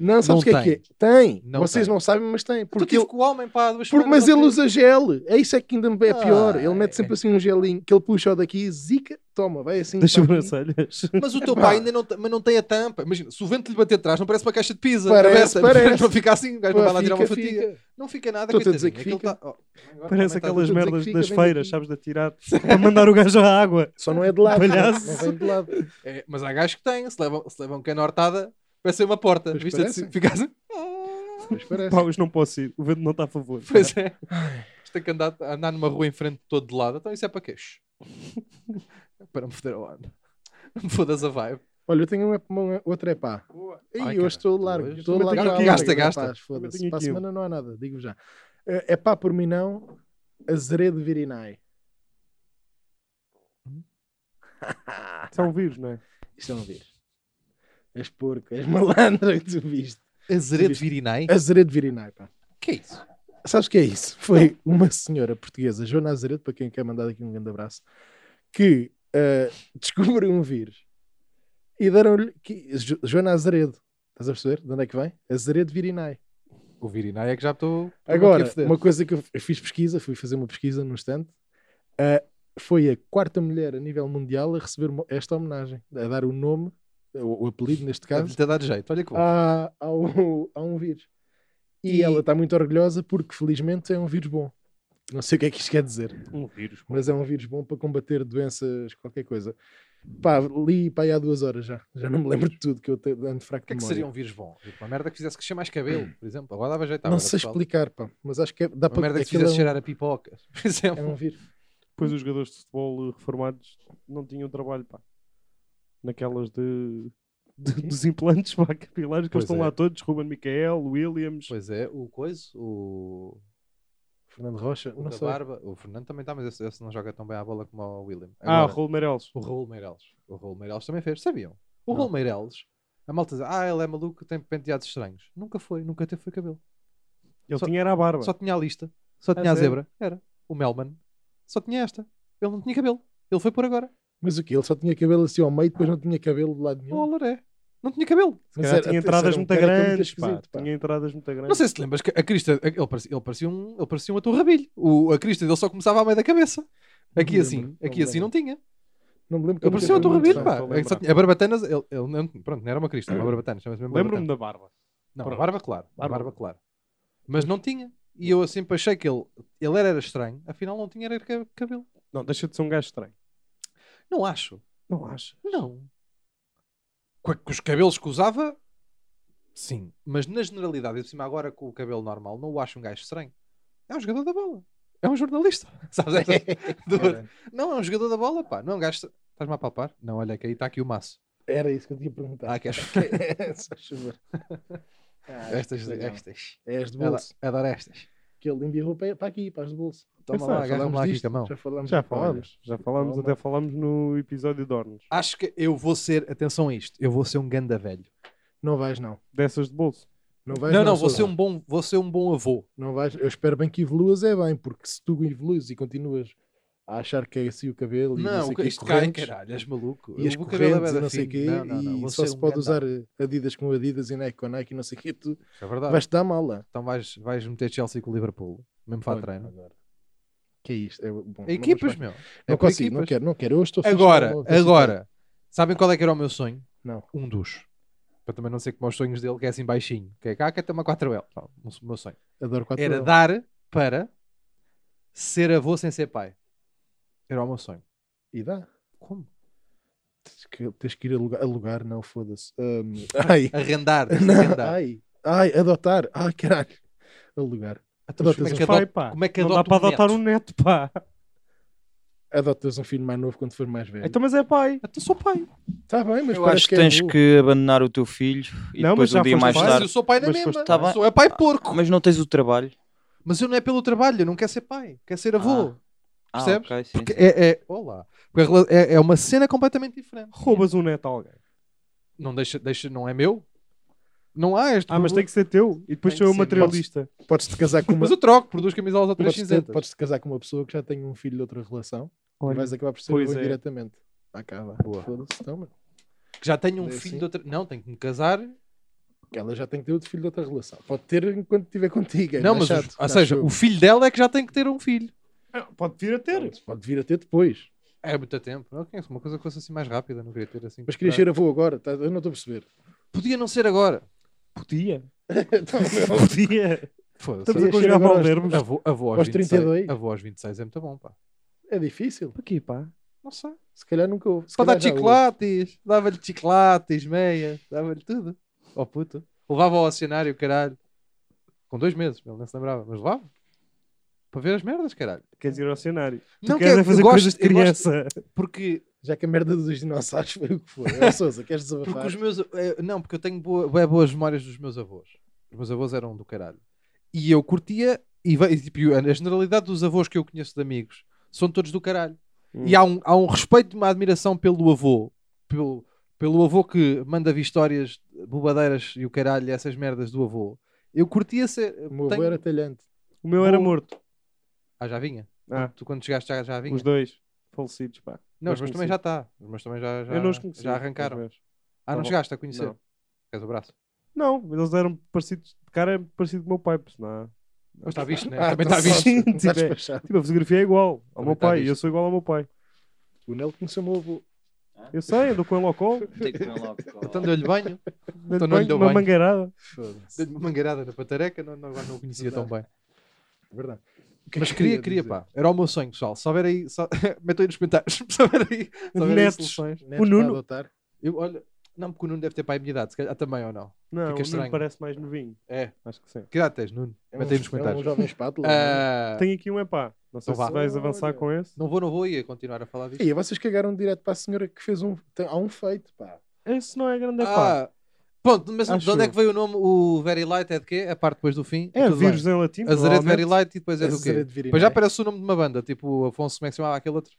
Não, sabes o que é tem. que é? Tem. Não Vocês tá tem. não sabem, mas tem. Porque Porque ele, tipo o homem para duas por, semanas, mas não Ah, ele sei. usa gel. É isso é que ainda é pior. Ele Ai. mete sempre assim um gelinho que ele puxa o daqui, zica, toma, vai assim. Das para aqui. sobrancelhas. [LAUGHS] Mas o teu pai ainda não, tem- mas não tem a tampa. Imagina, se o vento lhe bater atrás, não parece uma caixa de pizza. Parece, aberta. parece. Não fica assim, o gajo não vai lá tirar uma Fica, fatia. fica. Não fica nada, Estou-te a dizer que coitadinho. fica. Aquilo tá- oh, agora Parece também aquelas tudo a dizer merdas que das fica, vem feiras, aqui. sabes, de atirar para mandar o gajo à água. [LAUGHS] Só não é de lado. Palhaço. Não vem de lado. tá- é, mas há gajos que têm, se levam, se levam cana hortada, parece ser uma porta. Pois Viste parece. assim, fica assim. Mas parece. Pá, hoje não posso ir. O vento não está a favor. Pois é. Isto tem que andar, andar numa rua em frente todo de lado. Então isso é para [LAUGHS] quê? Shhh. para me foder ao ano. Não me fodas a vibe. Olha, eu tenho uma, uma- outra epá. Ai, Ih, cara, hoje estou largo. hoje Estou também largo. tenho já aqui. Gasta, largo, gasta. rapaz, Também Foda-se. tenho Para a aqui um. semana não há nada, digo já. Eh, Epá, por mim não. Azeredo Virinai. Isso é um vírus, não é? Isto é um vírus. És porco, és malandro, [LAUGHS] tu viste. Azeredo Virinei? Azeredo Virinai, pá. que é isso? Sabes o que é isso? Foi uma senhora portuguesa, Joana Azeredo, para quem quer mandar aqui um grande abraço, que ah, [LAUGHS] descobriu um vírus e deram-lhe. que- Jo- Joana Azeredo, estás a perceber? De onde é que vem? Azeredo Virinai. O Virinai é que já estou. Agora, uma coisa que eu eu fiz pesquisa, fui fazer uma pesquisa no stand, ah, foi a quarta mulher a nível mundial a receber mo- esta homenagem, a dar o nome, o, o apelido neste caso, Deve-lhe ter dado jeito, olha que bom. a, ao- [LAUGHS] a um vírus. E, E- ela está muito orgulhosa porque, felizmente, é um vírus bom. Não sei o que é que isto quer dizer, Um vírus. mas é um vírus bom para combater doenças, qualquer coisa. Pá, li pá, aí há duas horas já. Já não me lembro de tudo, que eu te- ando fraco O que é de que memória. seria um vírus bom? Tipo, Uma merda que fizesse crescer mais cabelo, por exemplo. Agora dava jeito. não agora, sei pessoal. explicar, pá, mas acho que é, dá Uma merda que para... aquilo é fizesse um- cheirar a pipocas, [LAUGHS] por é exemplo. um vírus. Depois os jogadores de futebol eh, reformados não tinham trabalho, pá. Naquelas de... de- dos implantes, pá, capilares que Pois eles estão é. lá todos. Ruben Micael, Williams. Pois é, o coisa, o, Fernando Rocha, o não da sei. barba, o Fernando também está, mas esse, esse não joga tão bem à bola como o William. Ah, Agora, Raul Meireles. o Raul Meireles. O Raul Meireles também fez, sabiam? O Raul Meireles, a malta diz, ah, ele é maluco, tem penteados estranhos. Nunca foi, nunca teve foi cabelo. Ele Só- tinha era a barba. Só tinha a lista, só A É tinha a sério? zebra. Era, o Melman. Só tinha esta. Ele não tinha cabelo. Ele foi por agora. Mas o quê? Ele só tinha cabelo assim ao meio, depois não tinha cabelo de lado nenhum. Dólar é. Não tinha cabelo. Se Mas calhar era- tinha entradas era um muito careca muito grandes, pá. esquisito, pá. Tinha entradas muito grandes. Não sei se te lembras que a crista, ele parecia, ele parecia um, ele parecia um ator rabilho. O, a crista dele só começava à meio da cabeça. Aqui me assim, lembro, não aqui me assim não lembro. tinha. Não me lembro que Ele eu parecia um nunca ator vi lembro, rabilho, muito pá. estou a É que só lembrar. tinha- A barbatanas, ele, ele não, pronto, não era uma crista, era uma barbatana, chama-se mesmo barbatana. Lembro-me da barba. Não, a Pronto. barba claro, a Barba. barba claro. Mas não tinha. E eu sempre achei que ele, ele era, era estranho, afinal não tinha era ca- cabelo. Não, deixa de ser um gajo estranho. Não acho. Não acho. Não. Com, a- com os cabelos que usava, sim. Mas na generalidade, e por cima agora com o cabelo normal, não o acho um gajo estranho. É um jogador da bola. É um jornalista. [LAUGHS] Sabes? É. Era. Era, não, é um jogador da bola, pá. Não é um gajo. estra- Estás-me a palpar? Não, olha que aí está aqui o maço. [LAUGHS] era isso que eu tinha perguntado. Ah, queres? [LAUGHS] Só chover. Ah, Estas, legal. estas. É as de Adoro- bolso. Adoro estas. Que ele enviou para para aqui, para as de bolso. Toma Pensar, Então lá, já agarra-me lá aqui com a mão. Já falámos. Já disto, olha. falámos. Já falámos, Toma. até falámos no episódio de Ornos. Acho que eu vou ser, atenção a isto, eu vou ser um ganda velho. Não vais, não. Dessas de bolso. Não vais, não, não, vou Sousa. ser, um bom, vou ser um bom avô. Não vais. Eu espero bem que evoluas, é bem, porque se tu evolues e continuas a achar que é assim o cabelo e não Não, sei o quê, isto cai, correntes, é caralho, és maluco. e as O meu cabelo é correntes e bué não sei o fino. quê, Não, não, não, vou e só ser se um pode ganda- usar Adidas com Adidas e Nike com Nike e não sei o quê, tu É verdade. vais-te dar ah. mala. Então vais, vais meter Chelsea com o Liverpool, mesmo para Olha, treino. agora. Que é isto? É, bom, Equipas, não, vamos mais- meu. não É por consigo, equipas. não quero, não quero. Eu estou fixe, Agora, não vou ver agora, sabem qual é que era o meu sonho? Não. Um dos. Para também não ser como os sonhos dele, que é assim baixinho. Que é cá, que é ter uma 4L. Não, o meu sonho. se- Adoro 4 Era dar para ser avô sem ser pai. Era o meu sonho. E dá. Como? Tens que, tens que ir alugar, alugar não, foda-se. Ahm, [LAUGHS] ai, [LAUGHS] Arrendar. tens de não, arrendar. ai, ai, adotar. Ai, caralho. Alugar. Então, mas Adotas como é um que Pai, adota- pá. como é que Não dá adota para um adotar neto? um neto, pá. Adotas um filho mais novo quando for mais velho. Então, mas é pai. Até sou pai. Está bem, mas Eu parece acho que tens é burro. que abandonar o teu filho e Não, depois mas já um dia foste mais pai. Mas eu tarde. sou pai na Mas mesma. foste- tá bem. Sou é pai porco. Mas não tens o trabalho. Mas eu não é pelo trabalho, eu não quero ser pai, quero ser avô. Ah, Percebes? ok, sim, Porque sim. é, é- olá. Porque a rela- é, é uma cena completamente diferente. Roubas um neto a alguém. Não deixa, deixa, não é meu. Não há este. Ah, mas problema. tem que ser teu. E depois Tem sou que eu ser materialista. Podes-te casar com uma. Mas eu troco por duas camisolas ou três Podes ter- cinzentas. Podes-te casar com uma pessoa que já tem um filho de outra relação e Olha, vais acabar por ser pois avô é. diretamente. Acaba. Boa. Foda-se, então, mano. Que já tenho um É filho assim. de outra. Não, tenho que me casar. Ela já tem que ter outro filho de outra relação. Pode ter enquanto estiver contigo. é não, mais mas. chato, os- ou acho seja, eu. o filho dela é que já tem que ter um filho. Pode vir a ter. Pode vir a ter depois. É muito tempo. Ok, uma coisa que fosse assim mais rápida, não queria ter assim. Mas querias ser avô agora, tá- eu não estou a perceber. Podia não ser agora. Podia. Então, meu, Podia. Foda-se. Estamos a Podia ser conjugar agora mal aos- verbos. Avô, avô aos, Aos 32. 32. Avô aos 26 é muito bom, pá. é difícil. Aqui, pá. Não sei. Se calhar nunca houve. Se Só dá calhar já houve. chiclates, dava-lhe chiclates, meia, dava-lhe tudo. Ó puto. Levava ao cenário, caralho. Com dois meses, ele não se lembrava, mas levava. Para ver as merdas, caralho. Queres ir ao cenário? Tu Não, queres quero- é fazer eu gosto- coisas de eu gosto- criança. Porque, Já que a merda dos dinossauros foi o que foi. Ó, Sousa, queres porque desabafar? os meus. eh, Não, porque eu tenho boa, bué boas memórias dos meus avós. Os meus avós eram do caralho. E eu curtia. E, vai- e, tipo, a generalidade dos avós que eu conheço de amigos são todos do caralho. Hum. E há um, há um respeito e uma admiração pelo avô. Pelo, pelo avô que manda vir histórias bobadeiras e o caralho, essas merdas do avô. Eu curtia ser. eh, O meu avô tenho- era talhante. O meu era o- morto. Ah, já vinha? Ah, Tu quando chegaste já, já vinha? os dois falecidos, pá. Não, os não meus também conheci. já está. Os meus também já, já, eu não os conhecia. já arrancaram. os meus. Ah, Tá não bom. chegaste a conhecer? Não. Queres o braço? Não, eles eram parecidos. De cara é parecido com o meu pai, por sinal. Mas está [LAUGHS] visto, né? Ah, também tá está visto. só- Sim, tá tipo, é- despachado. Tipo, a fotografia é igual ao Também meu tá pai. visto. Eu sou igual ao meu pai. O Nel conheceu o meu avô. Eu sei, ando com ele [LAUGHS] ao colo. Tem que comer logo. Então deu-lhe banho, Então não lhe deu uma banho. mangueirada. Foda-se. deu-lhe uma mangueirada na patareca, não, não, não o conhecia tão bem. Verdade. O que é Mas que queria, eu queria, ia pá. Era o meu sonho, pessoal. Se houver aí, só... [LAUGHS] metam aí nos comentários. [LAUGHS] Se houver aí, se houver aí Netos. soluções. dizer? Netos O para Nuno. adotar. Eu, olha, não, porque o Nuno deve ter para a minha idade, se calhar ah, também ou não. Não, o Nuno estranho. parece mais novinho. É. Acho que sim. Que idade tens, Nuno? É um- Mete aí nos É um comentários. jovem espátula. não é? Ah, Tenho aqui um epá. Não sei Então vá. se vais avançar com esse. Não vou, não vou, ia continuar a falar disto. E aí, vocês cagaram direto para a senhora que fez um. tem- Há um feito, pá. Esse não é grande epá. Ah, pronto, mas de Acho onde é eu. que veio o nome? O Very Light é de quê? A parte depois do fim? é Tudo bem. vírus em latim. Azaret provavelmente. Very Light e depois é do Azaret quê? Virinei. Depois já aparece o nome de uma banda, tipo o Afonso, como é que se chamava aquele outro?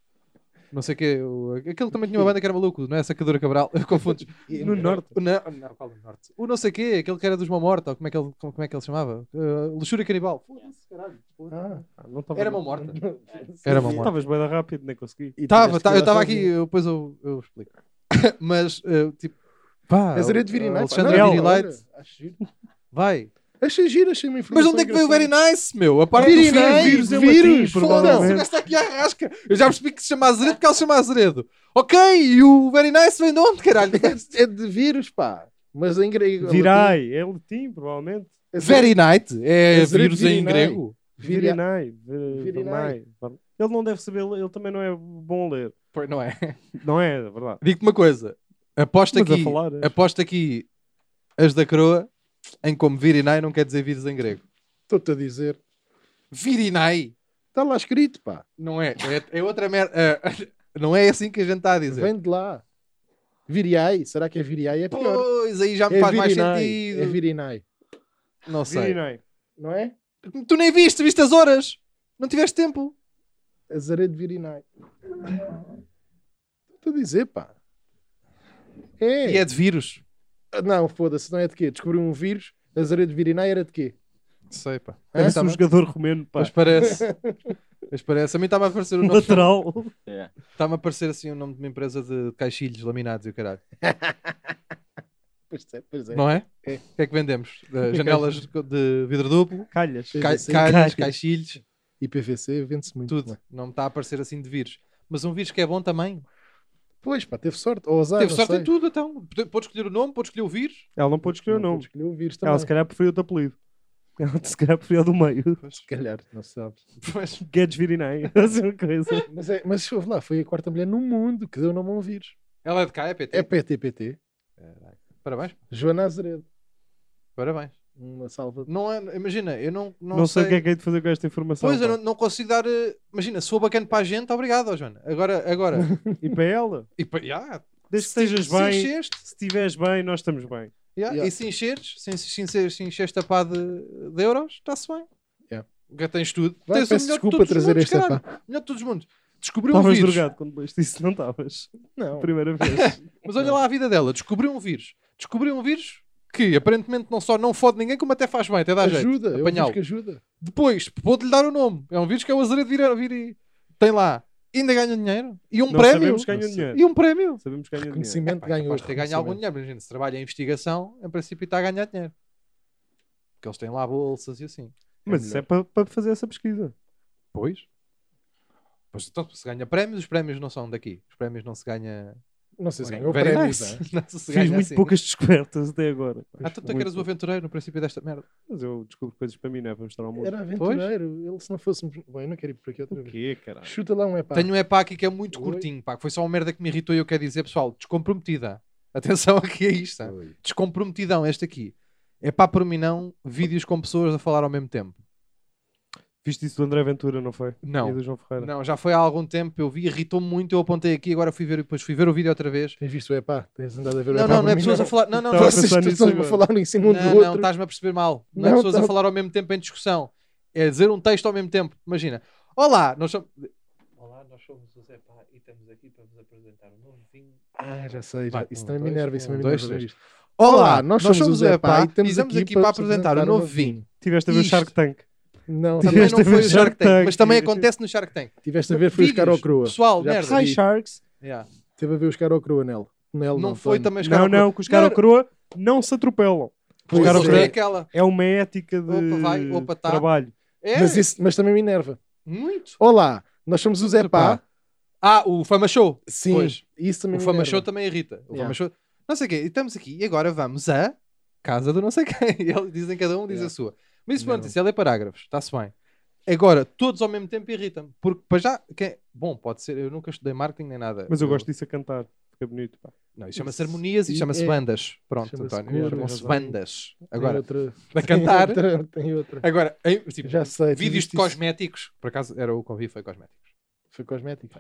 não sei o quê. o- aquele que também tinha uma banda que era maluco, não é? Sacadura Cabral, [LAUGHS] eu confundo. No norte. O não, não, qual é o norte? O não sei o quê, aquele que era dos Mão Morta, ou como é que ele, como, como é que ele se chamava? Uh, Luxúria Canibal. Foda-se, caralho. Ah, Ah, não tava- Era uma morta. Era Era uma uma morta. Estavas bem da rápido, nem consegui. E Tava, tiveste tá, que eu ir estava lá aqui, sozinho. eu, depois eu, eu explico. [COUGHS] Mas, uh, tipo, pá. És de Viri Night. Alexandra Não, Viri Light, Acho giro. Vai. Achei giro, achei uma Mas informação. onde é que veio o Very engraçada. Nice, meu? A parte Very do é um fim, Nice, vírus, vírus, vírus, foda-se, provavelmente. o gajo está aqui à rasca. Eu já percebi que se chama Azeredo porque ele se chama Azeredo. Ok, e o Very Nice vem de onde, caralho? É de vírus, pá. Mas em grego. Virai, é latim, provavelmente. Very Night é Azeredo vírus Very em Night. grego. Virai. Virinai. vi- Virinai. Virinai. Ele não deve saber, ele também não é bom a ler. Pois não é. Não é, é verdade. Digo-te uma coisa. Aposto Mas a aqui, falar, é. aposto aqui as da coroa em como Virinai não quer dizer vírus em grego. Estou-te a dizer. Virinai Está lá escrito, pá. não é. É, [LAUGHS] é outra merda. não é assim que a gente está a dizer. Vem de lá. Viriai. Será que é Viriai? É pior. Pois, aí já me É faz mais Virinai. sentido. É Virinai. Não sei. Virinai. Não é? Tu nem viste, viste as horas. Não tiveste tempo. Azaredo É Virinai. Estou a dizer, pá. É. E é de vírus. Não, foda-se, não é de quê? Descobriu um vírus, Azaredo Virinai era de quê? Sei, pá. A mim Parece um tá-me- jogador romeno, tá pá. Mas [LAUGHS] [LAUGHS] parece. Mas parece. A mim está-me a aparecer o nome. Lateral. É. Está-me a aparecer assim o nome de uma empresa de caixilhos laminados e o caralho. Pois é, pois é. Não é? O que é que vendemos? [LAUGHS] Eh, janelas de vidro duplo, Calhas. Sim. ca PVC. calhas, Calhas. caixilhos, E PVC vende-se muito. tudo. não é? Não me está a aparecer assim de vírus. Mas um vírus que é bom também. Pois, pá, teve sorte. Ou azar, Teve não sorte sei. em tudo, um então. Pode pode escolher o nome, pode escolher o vírus. [LAUGHS] Ela não pôde escolher o Não, nome. escolheu o um Ah, vírus Ela também. se calhar preferiu o apelido. [LAUGHS] Ela se calhar preferiu o do meio. Se calhar, não sabes. Mas, Guedes Virinai. [LAUGHS] Assim uma coisa. Mas, é, mas ouve lá, foi a quarta mulher no mundo que deu nome a um vírus. ela é de cá, é PT. É PTPT. Parabéns, Joana Azaredo. parabéns. Uma salva. Não é- imagina, eu não, não, Não, sei o que é que é de fazer com esta informação. Pois, eu pá. não, não consigo dar. eh, Imagina, sou bacana para a gente, obrigado, ó, Joana. Agora, [LAUGHS] agora. E para ela, e, pa- yeah, desde que se- estejas se bem, encheste, se estiveres bem, nós estamos bem. yeah, Yeah. E se encheres, se, en- se, enche- se encheste a pá de, de euros, está-se bem. Yeah. Já tens tudo. tens Vai, o peço melhor de desculpa todos os trazer mundos, esta caralho. Melhor de todos os mundos. Descobriu um Estavas vírus. drogado quando leste isso, não estavas? Não. [LAUGHS] Primeira vez. Mas olha lá a vida dela, descobriu um vírus. Descobriu um vírus que aparentemente não só não fode ninguém, como até faz bem, até dá jeito. Ajuda, eu apanhá-lo. acho que ajuda. Depois, pode-lhe dar o nome. É um vírus que é o azaredo vir, vir e tem lá. Ainda ganha dinheiro. E um não prémio. sabemos que ganha dinheiro. E um prémio. Sabemos que ganha dinheiro. Conhecimento ganhou. Basta ganhar algum dinheiro, mas a gente se trabalha em investigação, em princípio está a ganhar dinheiro. Porque eles têm lá bolsas e assim. Mas isso é para, para fazer essa pesquisa. Pois. Pois então se ganha prémios, os prémios não são daqui. Os prémios não se ganha. Não sei se Olha, ganhou very prémios. nice. [LAUGHS] não é? Não se Fiz ganha muito assim. poucas [LAUGHS] descobertas até agora. Ah, tu, tu é Muito que eras o pouco. aventureiro no princípio desta merda. Mas eu descubro coisas para mim, não é para mostrar ao mundo. Era aventureiro. Ele, se não fosse. Bom, eu não quero ir por aqui outra O vez. quê, caralho? Chuta lá um epá. Tenho um epá aqui que é muito Oi. curtinho, pá. que Foi só uma merda que me irritou e eu quero dizer, pessoal, descomprometida. [LAUGHS] Atenção aqui a isto. hein? Oi. Descomprometidão, este aqui. É pá por mim não, vídeos com pessoas a falar ao mesmo tempo. Viste isso do André Ventura, não foi? Não. E do João Ferreira. Não, já foi há algum tempo, eu vi, irritou-me muito, eu apontei aqui, agora fui ver, depois fui ver o vídeo outra vez. Tens visto o epá? Tens andado a ver o Não, epá? não, não é por mim, pessoas a falar. Não, não, não. Tava a Vocês pensar nisso estão a agora. falar um em cima um do Não, tá- não, outro. estás-me a perceber mal. Não, é Não, pessoas a tá- falar ao mesmo tempo em discussão. É dizer um texto ao mesmo tempo. Imagina. Olá, nós somos. Olá, nós somos o Zé Pá e estamos aqui para vos apresentar um novo vinho. Ah, já sei. já. Vai, Isso um, também me dois, enerva. Isso um, também me dois, enerva. três. ver isto. Olá, nós, somos, o Zé Pá e estamos, aqui, para apresentar um novo vinho. Tiveste a ver o Isto. Shark Tank. Não, Também Tiveste não a foi ver o Shark Tank, mas também acontece no Shark Tank. tiveste a ver foi os Vídeos. Caro Crua. Pessoal, Já merda. Hi percebi. Sharks. Yeah. Teve a ver os Caro Crua nele. Nele Não, não, foi Tony. também os Não, caras- não, que os caras croa não se atropelam. Pois Os Cara, caras é. é croa aquela. é uma ética de Opa, vai, opa, tá. trabalho. É, Mas, isso, mas também me enerva. muito. Olá, nós somos o Zé Pá. Ah, o Fama Show. Sim, Pois. isso também O me Fama enerva. Show também irrita. O Fama Yeah. Show. Não sei o quê. E estamos aqui. E agora vamos à casa do não sei quem. [LAUGHS] E eles dizem cada um diz Yeah. a sua. Mas isso Não. pronto, isso é ler parágrafos. Está-se bem. Agora, todos ao mesmo tempo irritam-me. Porque para já. Quem... Bom, pode ser. Eu nunca estudei marketing nem nada. Mas eu gosto disso a cantar. Fica bonito. Pá. Não, isso chama-se harmonias e E chama-se é- bandas. Pronto, chama-se António. cor, Chamam-se razão. bandas. Tem Agora, outra- para tem cantar. outra- Tem outra. Agora, em- tipo, Já sei. tu vídeos viste de isso? cosméticos. Por acaso era o que eu vi, foi cosméticos. Foi cosmético.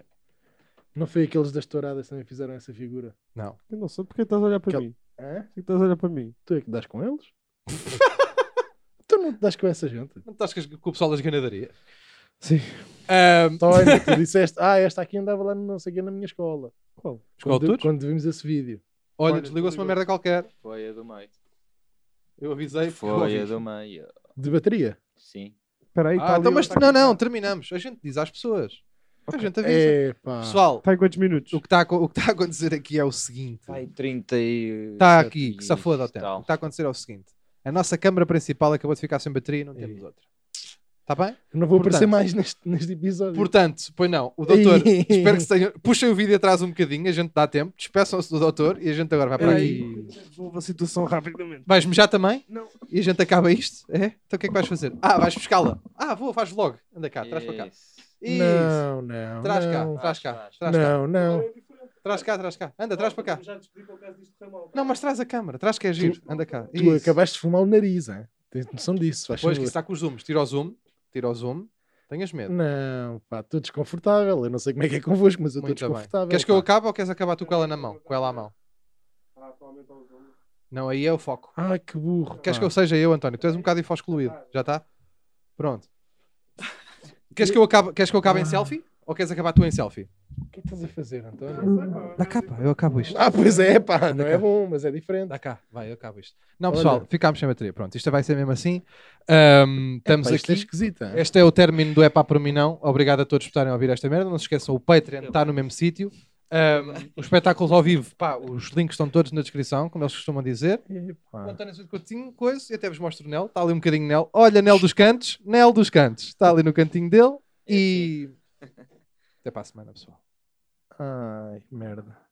Não foi aqueles das touradas que também fizeram essa figura? Não. Eu não sei porque estás a olhar para Que- mim. Hã? Porquê que estás a olhar para mim? Tu é que dás com [LAUGHS] eles? tu não te dás com essa gente. Não estás com as- com o pessoal das ganadarias? Sim. Ahm, Tony, [LAUGHS] tu disseste, ah, esta aqui andava lá no não sei o quê na minha escola. Qual? Escola quando, de Tours? quando vimos esse vídeo. olha, Olha, desligou-se uma desligou-se. merda qualquer. Foi a do meio. Eu avisei. porque eu Foi a ouvi. do meio. De bateria. Sim. Espera aí, Ah, então, mas não, não, terminamos. A gente diz às pessoas. A gente avisa. É, pá. Pessoal, Está em quantos minutos? o que está a, co- o que está a acontecer aqui é o seguinte. Vai 30 e. Está Tá aqui, que se foda foda ao tempo. O que está a acontecer é o seguinte. A nossa câmara principal acabou de ficar sem bateria e não temos outra. Está bem? Eu não vou Portanto- aparecer mais neste, neste episódio. [LAUGHS] Portanto, pois não, o [LAUGHS] doutor, espero que se tenham. Puxem o vídeo atrás um bocadinho, a gente dá tempo. Despeçam-se do doutor e a gente agora vai para aqui. Resolva a situação rapidamente. Vais mejar também? Não. E a gente acaba isto? É? Então o que é que vais fazer? Ah, vais buscá-la. Ah, vou, faz vlog. Anda cá, traz para cá. Isso. Não, não. Traz cá, não. traz cá, Traz, traz cá. Não, não. Traz cá, traz cá. Anda, traz para cá. Já descobri por causa disto foi mal. Não, mas traz a câmara, traz que é giro. Anda cá. Tu Isso. acabaste de fumar o nariz, hein? Tens noção disso? faz Pois que favor. isso está com os zooms. Tira o zoom, tira o zoom. Tenhas medo. Não, pá, estou desconfortável. Eu não sei como é que é convosco, mas eu estou Muito bem. desconfortável. Queres que eu pá. acabe ou queres acabar tu com ela na mão? Com ela à mão. Não, aí é o foco. Ai, que burro. Queres pá. que eu seja eu, António? Tu és um bocado infoscluído. Já está? [LAUGHS] Pronto. Queres que eu acabe, queres que eu acabe em selfie? Ou queres acabar tu em selfie? O que é que estás a fazer, António? Dá cá, pá. Eu acabo isto. Ah, pois é, pá, não é cá. bom, mas é diferente. Dá cá. Vai, eu acabo isto. Não, Olha. pessoal, ficámos sem bateria. Pronto, isto vai ser mesmo assim. Ahm, estamos Pá, isto é aqui. esquisito, hein? Este é o término do Epá por mim não. Obrigado a todos por estarem a ouvir esta merda. Não se esqueçam, o Patreon está no mesmo sítio. Ahm, os espetáculos ao vivo, pá, os links estão todos na descrição, como eles costumam dizer. O Epá. António Sousa Coutinho, coisa, e até vos mostro o Nel. Está ali um bocadinho Nel. Olha, Nel dos Cantos. Nel dos Cantos. Está ali no cantinho dele. E... Até para a semana, pessoal. Ai, merda.